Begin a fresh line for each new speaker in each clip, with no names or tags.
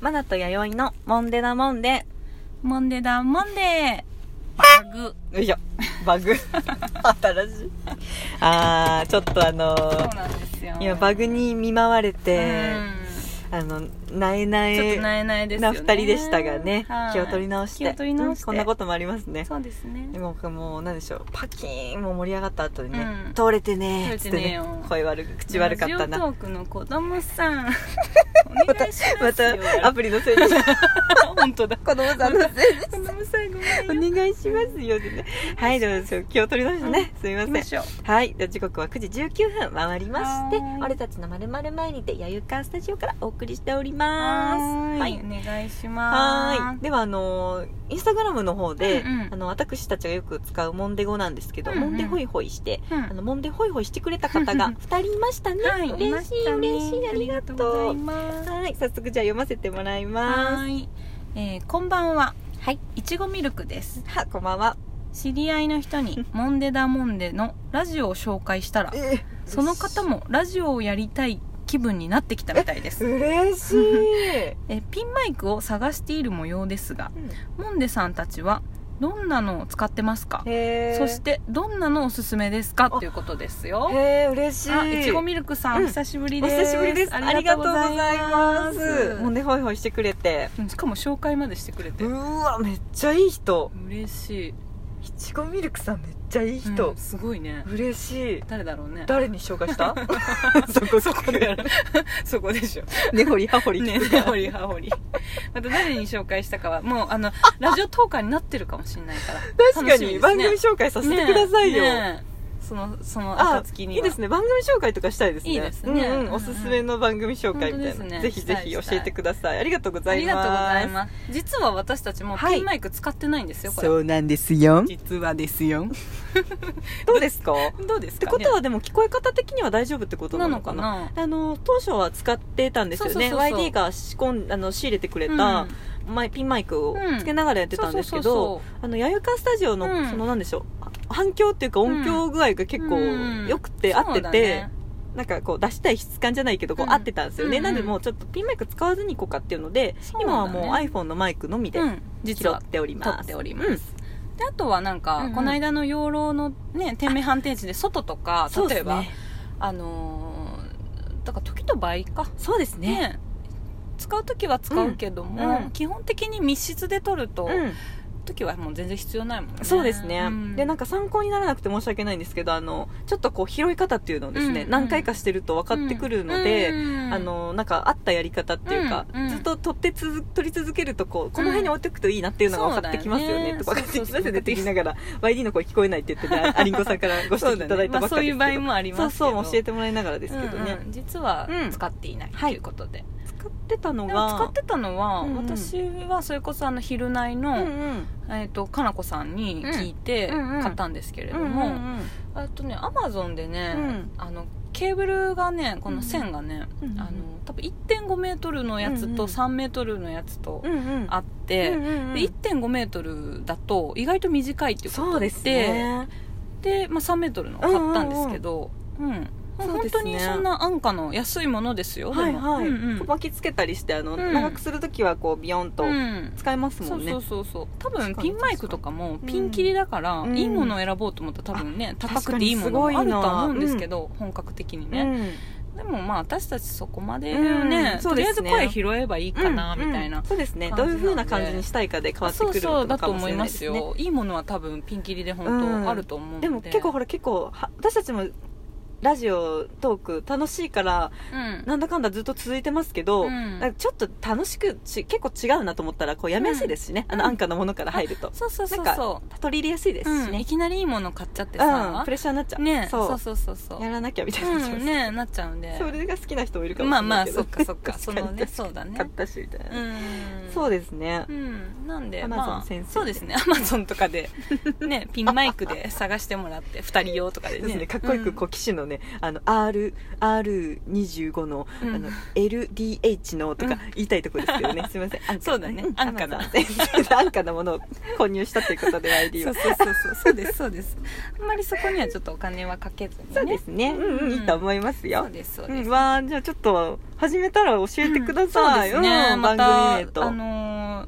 マナと弥生のモンデナモンデ。
モンデだモンデバグ
よいしょ。バ グ。新しい。あー、ちょっとあの
そう
ー、
なんですよ
今バグに見舞われて、
う
あの、なえなん
ちょっ
え
となえなえですよ
な
ね
二人でしたがね、
はい
気を取り直して。
気を取り直して
うんこんなこともありますね。
そうですね
でも僕もう何でしょうパキーンもう盛り上がった後にね、
うん
通れてねーっつっ
通れ
て
てねー
ね
よ
声悪く口悪かった
ラジ
な
オトークの子供 さんお
また
願いしま
ます
よ
たアプリのせいに
本当だ
子供さんのせいに
子供さんごめんよ
お願いしますよでねはいどうでしょう気を取り直してね、すみま
行
せ
き
ん
ましょう
はいでは時刻は9時19分回りまして
はーい
俺たちのまるまる前にてやゆかスタジオからお送りしており
は
ます
ーい
は
お願いします
はーい。では、あのーインスタグラムの方で、
うんうん
あの、私たちがよく使うモンデ語なんですけど、
うんうん
モンデホイホイして、
うん
あの、モンデホイホイしてくれた方 が2人いましたね。
はい
嬉
いま
し
し
い、
たね
嬉しい、ありがとう。
ありがとうございます
はい。早速、じゃあ読ませてもらい
は
ます。
ーい、えーこんばんは
はい。
いちごミルクです
は、こんばんは。
知り合いの人 に「モンデダモンデ」のラジオを紹介したら
え
その方。もラジオをやりたい気分になってきたみたいです
嬉しい。
えピンマイクを探している模様ですがモンデさんたちはどんなのを使ってますか
へー
そし。てどんなのおすすめですかということですよ
へー嬉しい。
あいちごミルクさん、
うん
久しぶり
お
で
久し
す
ぶりです。ありがとうございます。モン
す
デホイホイしてくれて。
うんしかも紹介までしてくれて
うわ、めっちゃいい人。
嬉しい
いちごミルクさんめっちゃいい
うん
人、
すごいね
嬉しい
誰だろうね
誰に紹介 したそこそこで
そこでしょ
根掘り葉掘り
ね
聞く
え、ほりはほり。また誰に紹介したかは、もう、あの、ラジオトーカーになってるかもしれないから。
確かに、番組
さ
紹介させてくださいよ、
その、その、
あ
暁には。
いいですね番組紹介とかしたいですね
いいですね
うんう
う
んん、
うん
おすすめの番組紹介みたいな、
本当ですね
ぜひぜひ教えてくださいありがとうござ
あ
い
り
ま
が
す
とうございます。実は私たちも
はい
ピンマイク使ってないんですよ、これ。
そうなんですよ。
実はですよ。
どうですかっ
どうです
て
か、ね、
ことはでも聞こえ方的には大丈夫ってことな
な
の
の
か
か
な
な
あの当初は使ってたんですよね
そうそうそうそう
YD が仕込んあの仕入れてくれ
う
た
ん、
マイピンマイクをつけながらやってたんですけ
そう
ど
そうそう
あの、やゆかスタジオの、
うん
その、なんでしょう、あ反響っていうか音響具合が結構
うん
良く
そう
て、合って
そうだ
て、
ね
なんかこう出したい質感じゃないけど、こう
うん
合ってたんですよね。
うんう
な
ん
んでもうちょっとピンマイク使わずにいこうかっていうので、
そうだね
今はもう iPhone のマイクのみで
うん、実
拾
は
っ。ており
撮
ます。
っております、であとはなんか、
うんうん
この間の養老のね天明反転地で外とか
そう
例
で
え
す
ば
ね。
あのーだから時と場合か
そうですね。
ね使う時は使うけども、
うんうん
基本的に密室で撮ると、
うん
時はもう全然必要ないもんね
そうですね、でなん
か
か参考にならなくて申し訳ないんですけどあのちょっとこう拾い方っていうのをですね、
うんうん
何回かしてると分かってくるので、あのなんかあったやり方っていうか、
うんうん
ずっと取ってつ取り続けるとこうこの辺に置いておくといいなっていうのが分かってきますよね,、
うん
とか分かってきますよ
そうそうそう
ねって言いながら YD の声聞こえないって言って ねありんこさんからご指
そう
摘
だ
いただ
ね
いた
ま
ば
あ
っか
そう
り
い
で
う
す
場
け
合
ど。
もあり
そ
ま
う
すけど
そう教えてもらいながらですけどね、
うんうん実は
うん
使っていないと
はい
いうことで、
使ってたの
でも
が
使ってたのは、
うんうん
私はそれこそあの昼内
う
の、
んうん
えー、とかなこさんに聞いて
うんうんうん
買ったんですけれど
うん
も、
うん
あとねアマゾンでね、
うん
あのケーブルがねこの線がね、
うんうん
あの多分1.5メートルのやつ
うんうん
と3メートルのやつと
うんうんうん
あって、
うんうんうん
で1.5メートルだと意外と短いっていうことで
そうですね
で、まあ、3メートルの買ったんですけど、うん
そうですね
本当にそんな安価の安いものですよ
はい
でも
はい、
うんうん
こう巻きつけたりしてあの、
うん
長くするときはこうビヨンと
うん
使えますも
そうん
ね、
そうそうそう多
確
分
かに
ピンマイクとかも
に
ピン切りだから、
うん
いいものを選ぼうと思ったら多分ね
あ
高くていいものもあるとは思うんですけど、本格的にね、
うん
でもまあ私たちそこまで
うん
ね、
そ
と
うで
りあえ
す
ず
ね
声拾えばいいかな、みたい
うん
な
うんそうですねど
感
う
じ
い
な
うん
で
風な感じにしたいかで変わって
そ
く
う
る
そう
の
だ
か
と
もし
思い
れな
ま
いですすね
よいいものは多分ピン切りで本
うん
当あると思うので、
でも結構ほら結構は私たちもラジオトーク楽しいから
うん
なんだかんだずっと続いてますけど、
うん
なんかちょっと楽しくち結構違うなと思ったらこうやめやすいですしね、
うん
あの安価なものから入ると、
そうそうそう
なん
そ
取り入れやすいで
う、
すし
うんい
ね、
きなりいいもの買っちゃって
うん
さ
プ、レッシャーになっちゃう,、
ね
そう
そうそうそうそう
やらなきゃみたいになっちゃいま
う
す
んねなっちゃうんで
それが好きな人もいるかもし
まあ
れ
ま
ないけ
あそ
ど、
っかそ っか
確
そ
に
のねそうだね
買ったしみたいな、
うん
そうですね、
うん、なんで、
Amazon
まあ
先生で、
そうですね、アマゾンとかで、ね、ピンマイクで探してもらって、二人用とかで
です
ね。
ね、かっこよくこう機種のね、あの R R25 の,、
うん
あの LDH のとか言いたいところですけどね、 すみません安
そうだね安価な
Amazon 安価なものを購入したということで ID
そ
は
うそうそうそう、そうです、そうです。あんまりそこにはちょっとお金はかけずにね。
そうですねうんうんいいと
う。
思いますよ、
そうです、そう
う
で
ん
す。
わあじゃあちょっと始めたら教えてくだ
そう
さ
で
い。
すね、
うん番
また、あ
組名と。
のー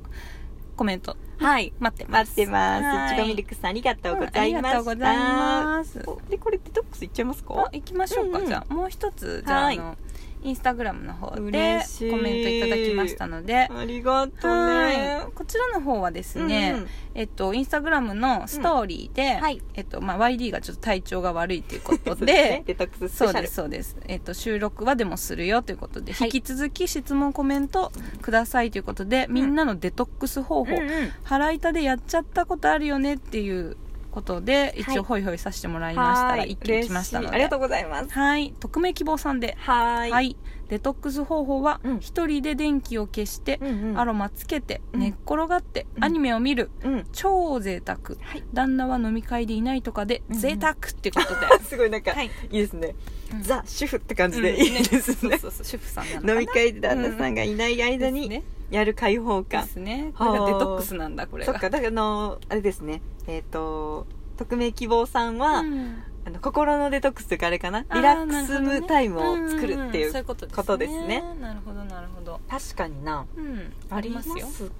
コメント
はい。
待ってま
待っ
す
てます。いちごミル
ク
クさんありがとうご
あ
ざい
りが
ま
とう
し
ござい
た。
ます
おで、これデトックスいっちゃいます
あ
か
行きましょうか、
うんうん
じゃあもう一つじゃあ,、
はい
あのインスタグラムの方でコメン
嬉
ト
しい
いただきましたので
ありがと
は
う
いこちらの方はです
ね。
ね、
うんうん
えっと、インスタグラムのストーリーで、
んはい
えっとまあ、YD がちょっと体調が悪いということ
そう
で
ですねデトックスス
そ
ペ
う
シャ
で
ル
す。そうです、えっと、収録はでもするよということで、
はい
引き続き質問コメントくださいということで、みんなのデトックス方法、
うんうん
腹痛でやっちゃったことあるよねっていうことで一
はい
応ホイホイさせてもらいましたら
はい
一気に来ましたの
嬉
で
いありがとうございます。
はい匿名希望さんで
は
はい、
い。
デトックス方法は
うん
一人で電気を消して、
うんうん
アロマつけて、
うん
寝っ転がって、
うん
アニメを見る
うん。
超贅沢、
はい
旦那は飲み会でいないとかで、
うんうん
贅沢ってことで
すごいなんか、
はい
い、いですね。
うん
ザ・主婦って感じ
うん
でいいです
そう
ね。
そうそう主婦さんなのかな
飲み会で旦那さんがいない間
うんで
に
すね
やる解放
で
感。
すねこれがデトックスなんだこれ
そ
が
っか、だからあの、あれですね。えっ、と、匿名希望さんは、
うん
あの心のデトックスというかあれかな
あー
リラックス
なるほど
ム
ね
タイムを作
ん
る
ん
っていう,、
そ
こ
こ
とですね
なるほどなるほど
確かにな
うん
あります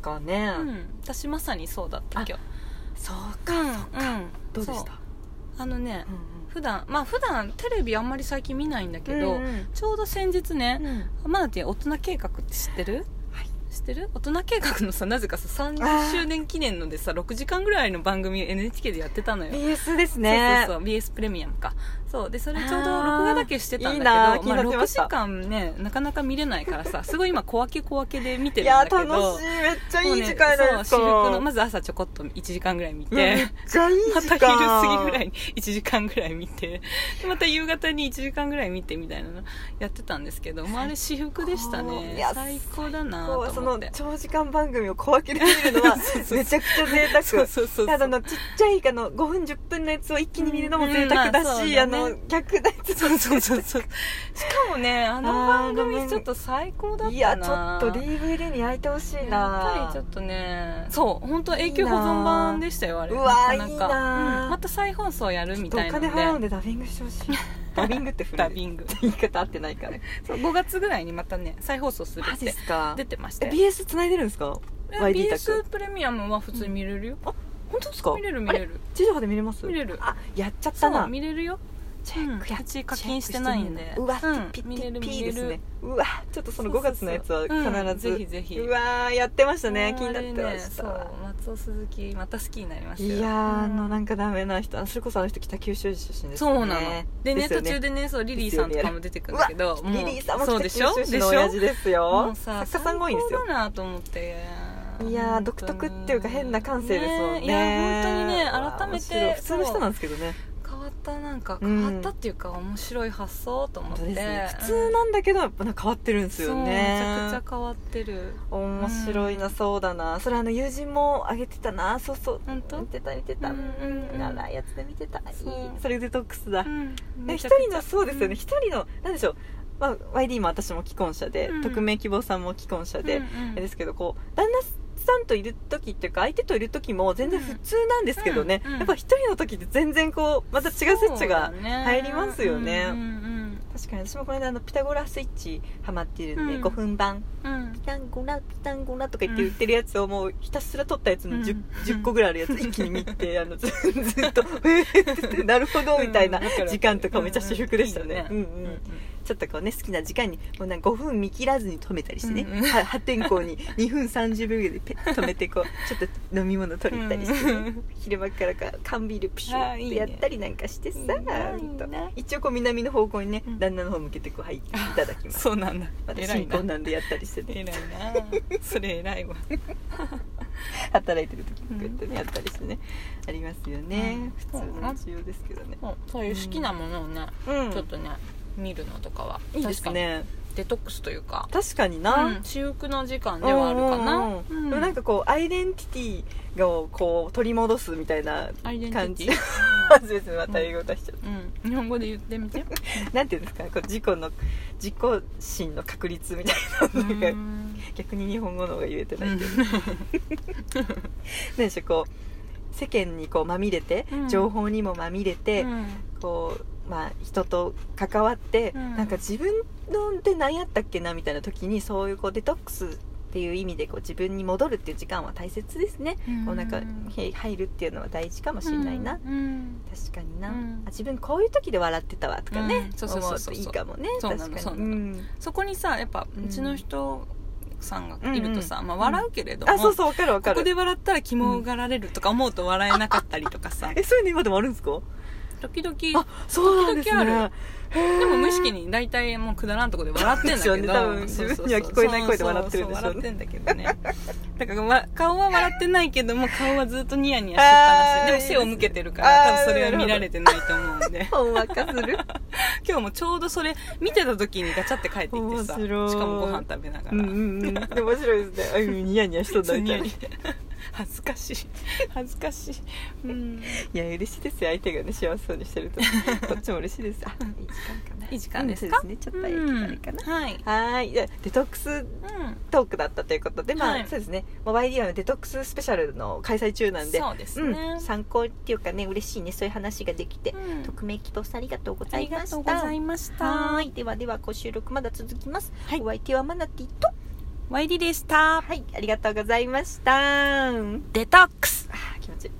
かね、
うん私まさにそうだった
あ
今日
そう
うんうん
どうでし
そ
た
あのね
うん
普段まあ普段テレビあんまり最近見ないんだけ
けど、
ど、ちょうど先日ね、マナティン大人計画って知ってる
はい
知ってる大人計画のさなぜかさ30周年記念のでさ6時間ぐらいの番組 NHK でやってたのよ
BS ですね
そうそうそう BS プレミアムかそうでそれちょうど
あー
録画だけしてたん
いいな
だ
ー
け
気
ど
になって
6
まし
時
た
間ねなかなか見れないからさすごい今小分け小分けで見て
い
るん
や
だけ
ー
ど
楽しいめっちゃ
も
いうい
ね
時間じゃないですか、
そう私服のまず朝ちょこっと1時間ぐらい見
うんめ
て
っちゃいい
ま
時
た
間
昼過ぎぐらいに1時間ぐらい見てでまた夕方に1時間ぐらい見てみたいなのやってたんですけどもうあれ私服でしたね
いや
最高だな
こう
と
そ
思っ
の
て
長時間番組を小分けで見るのは
そうそうそう
めちゃくちゃ贅沢
そうそうそうそう
ただあのちっちゃいあの5分10分のやつを一気に見るのも贅沢だし、
うんうん
あの
まあそうだ
逆だつ
そうそうそうそうしかもねあの番組ちょっと最高だったない
やちょっと DVD に焼いてほしい
やっぱ
な
りちょっとねそう本当永久保存版でしたよあれ
うわー
なか
いいなー
なかうんまた再放送やるみ
ちょ
た
っ
い
と
な
お金払うん
で
でダビングしてほしい ダビングって古い
ダビング
言い方合って ないから
そう5月ぐらいにまたね再放送す る
マ
っ
ジで
て
すか
出てました
え
よ
BS 繋いでるんですか
え
YD 宅
BS プレミアムは普通に見れるよ、
本当ですか
見れる見
あ
れる
地上波で見れます
見れる
あやっちゃった
そう
な
見れるよ
チェックや
うんうち課金してないんで
うわ
うん
ピッ
見
ピ
れ
ッ
る
ピ
見
ーで
れる
すねうわちょっとその5月のやつは
そうそうそう
必ず
うんぜひぜひ
うわーやってましたね気
そう
にな
あ
っ
れ
てま
ね
し
そう
た
松尾鈴木また好きになりましたよ
いやーあ
うん
のなんかダメな人あのそれこそあの人北九州市出身です
そ
よね
うなのでね
すよ
途中でねそうリリーさんとかも出てくるんだけど
うわリリーさんも
そう
北
で
九
しょ
州市
でし
の
ょ
親父ですよ
もうさ
作家さんが多いんですよ
最高だなと思って
いやー独特っていうか変な感性ですもんね
いや本当にね改め
面白い
て
普通の人なんですけどね
そう変わったなんか
うん
変わったっていうか、面白い発想と思
本
っ
当で
て
すね普通なんだけどやっぱなんか変わってるんですよね
そうめちゃくちゃ変わってる
面白いな、そうだなそれあの友人もあげてたなそうそう
本当
見てた見てた、
うんうんうん
長いやつで見てたいい
そう
それデトックスだ
うん
で
めち
一
ゃくちゃ
人のそうですよね
うん
一、人のなんでしょう、まあ、YD も私も既婚者で、
うん
匿名希望さんも既婚者で、
うんうん
ですけどこう旦那さんといる時っていうか相手といる時も全然普通なんですけどね、
うんうん
やっぱ一人の時って全然こうまた違うスイッチが、
そうだね
入りますよね
うんうん
確かに私もこの間あのピタゴラスイッチハマってるんで、
うん
5分版
うんうん
ピタンゴラピタンゴラとか言って
うん
売ってるやつをもうひたすら取ったやつの 10,、
うん
10個ぐらいあるや つ一気に見てあのず ずっと「えーって なるほど」みたいな
うんわかる
時間とかめっちゃ私服でしたね,、
う
うんん
う
うんん
いいよね
ちょっとこうね好きな時間にもうなんか5分見切らずに止めたりしてね、
うんうん
は破天荒に2分30秒ぐらいでペッと止めてこうちょっと飲み物取りに行ったりしてね、
うん
昼間からか缶ビールプシュ
あー
ッ
いい
て
ね
やったりなんかしてさ
いいないいな
ほんと一応こう南の方向にね、
うん
旦那の方向けてこう入っていただきます
そうなんだ
私
偉い
新
な
婚なんでやったりしてね
偉いなそれ偉いわ
働いてる時にこうやってねやったりしてねありますよね、
うん
普通の日常ですけどね
そういう好きなものをね、
うん
ちょっとね見るのとかはい
いですね
確かにデトックスというか、
確かにな、
うん、私服の時間ではあるかな、
うんうんうんでもなんかこうアイデンティティをこう取り戻すみたい な
アイデンテ
感
ィ
じ
ティ、
初めてまた英語出しちゃっ
うん、日本語で言って みて
たなんていうんですかねこう自己の自己心の確率みたいうななんか
ーん
逆に日本語の方が言えてないけど、なんでしょうこう世間にこうまみれて、
うん
情報にもまみれて、
うん
こう、まあ、人と関わって、
うん
なんか自分ので何やったっけなみたいな時にそういうこうデトックスっていう意味でこう自分に戻るっていう時間は大切ですね、お腹
うん
へ入るっていうのは大事かもしれないな、
うん
確かにな、
うん
あ自分こういう時で笑ってたわとかね、
うんそうそうそうそう
思うといいかもね
そう
確
な
か
の
に
そうなの
ん
そこにさやっぱ
うん
うちの人さんがいるとさ、まあ、笑うけれども、
あそうそうわかるわか
こ
る
こで笑ったら肝がられるとか思うと笑えなかったりとかさ
えそういうの今でもあるんですか
時々
あそうなんですね
時々あ
る
でも無意識に大体もうくだらんとこで笑ってんだけど、
そうですよね多分
そうそうそ
自分
う
には聞こえない声で笑ってるんでしょうね
そうそう笑ってんだけどねだからわ顔は笑ってないけども顔はずっとニヤニヤ
あー
してっぱなしでも背を向けてるから
あー
多分それは見られてないと思うんで
ほんわかす る
今日もちょうどそれ見てた時にガチャって帰ってきてさ
面白い
しかもご飯食べなが
う
ら、
んうんうんで面白いですねあうんニヤニヤし とんだみたいない
恥ずかしい恥ずかしい、うん、
や嬉しいですよ相手がね幸せそうにしてる とこっちも嬉しいですあいい時間かない
いい時間ですか、
うんそうですねちょっとあれかな、
うんはい、
はーいじゃあデトックス
うん、
トークだったということで、まあ
はい
そうですねモバイルディアのデトックススペシャルの開催中なんで
そうですね、
うん、参考っていうかね嬉しいねそういう話ができて、
うん
匿名希望さんありがとうござ
あ
い
り
ま
が
した
とうございました。
はーいではではご収録まだ続きます、
はい
お相手はマナティと
ワイリでした。
はいありがとうございましたあ
デトックス
ー気持ちいい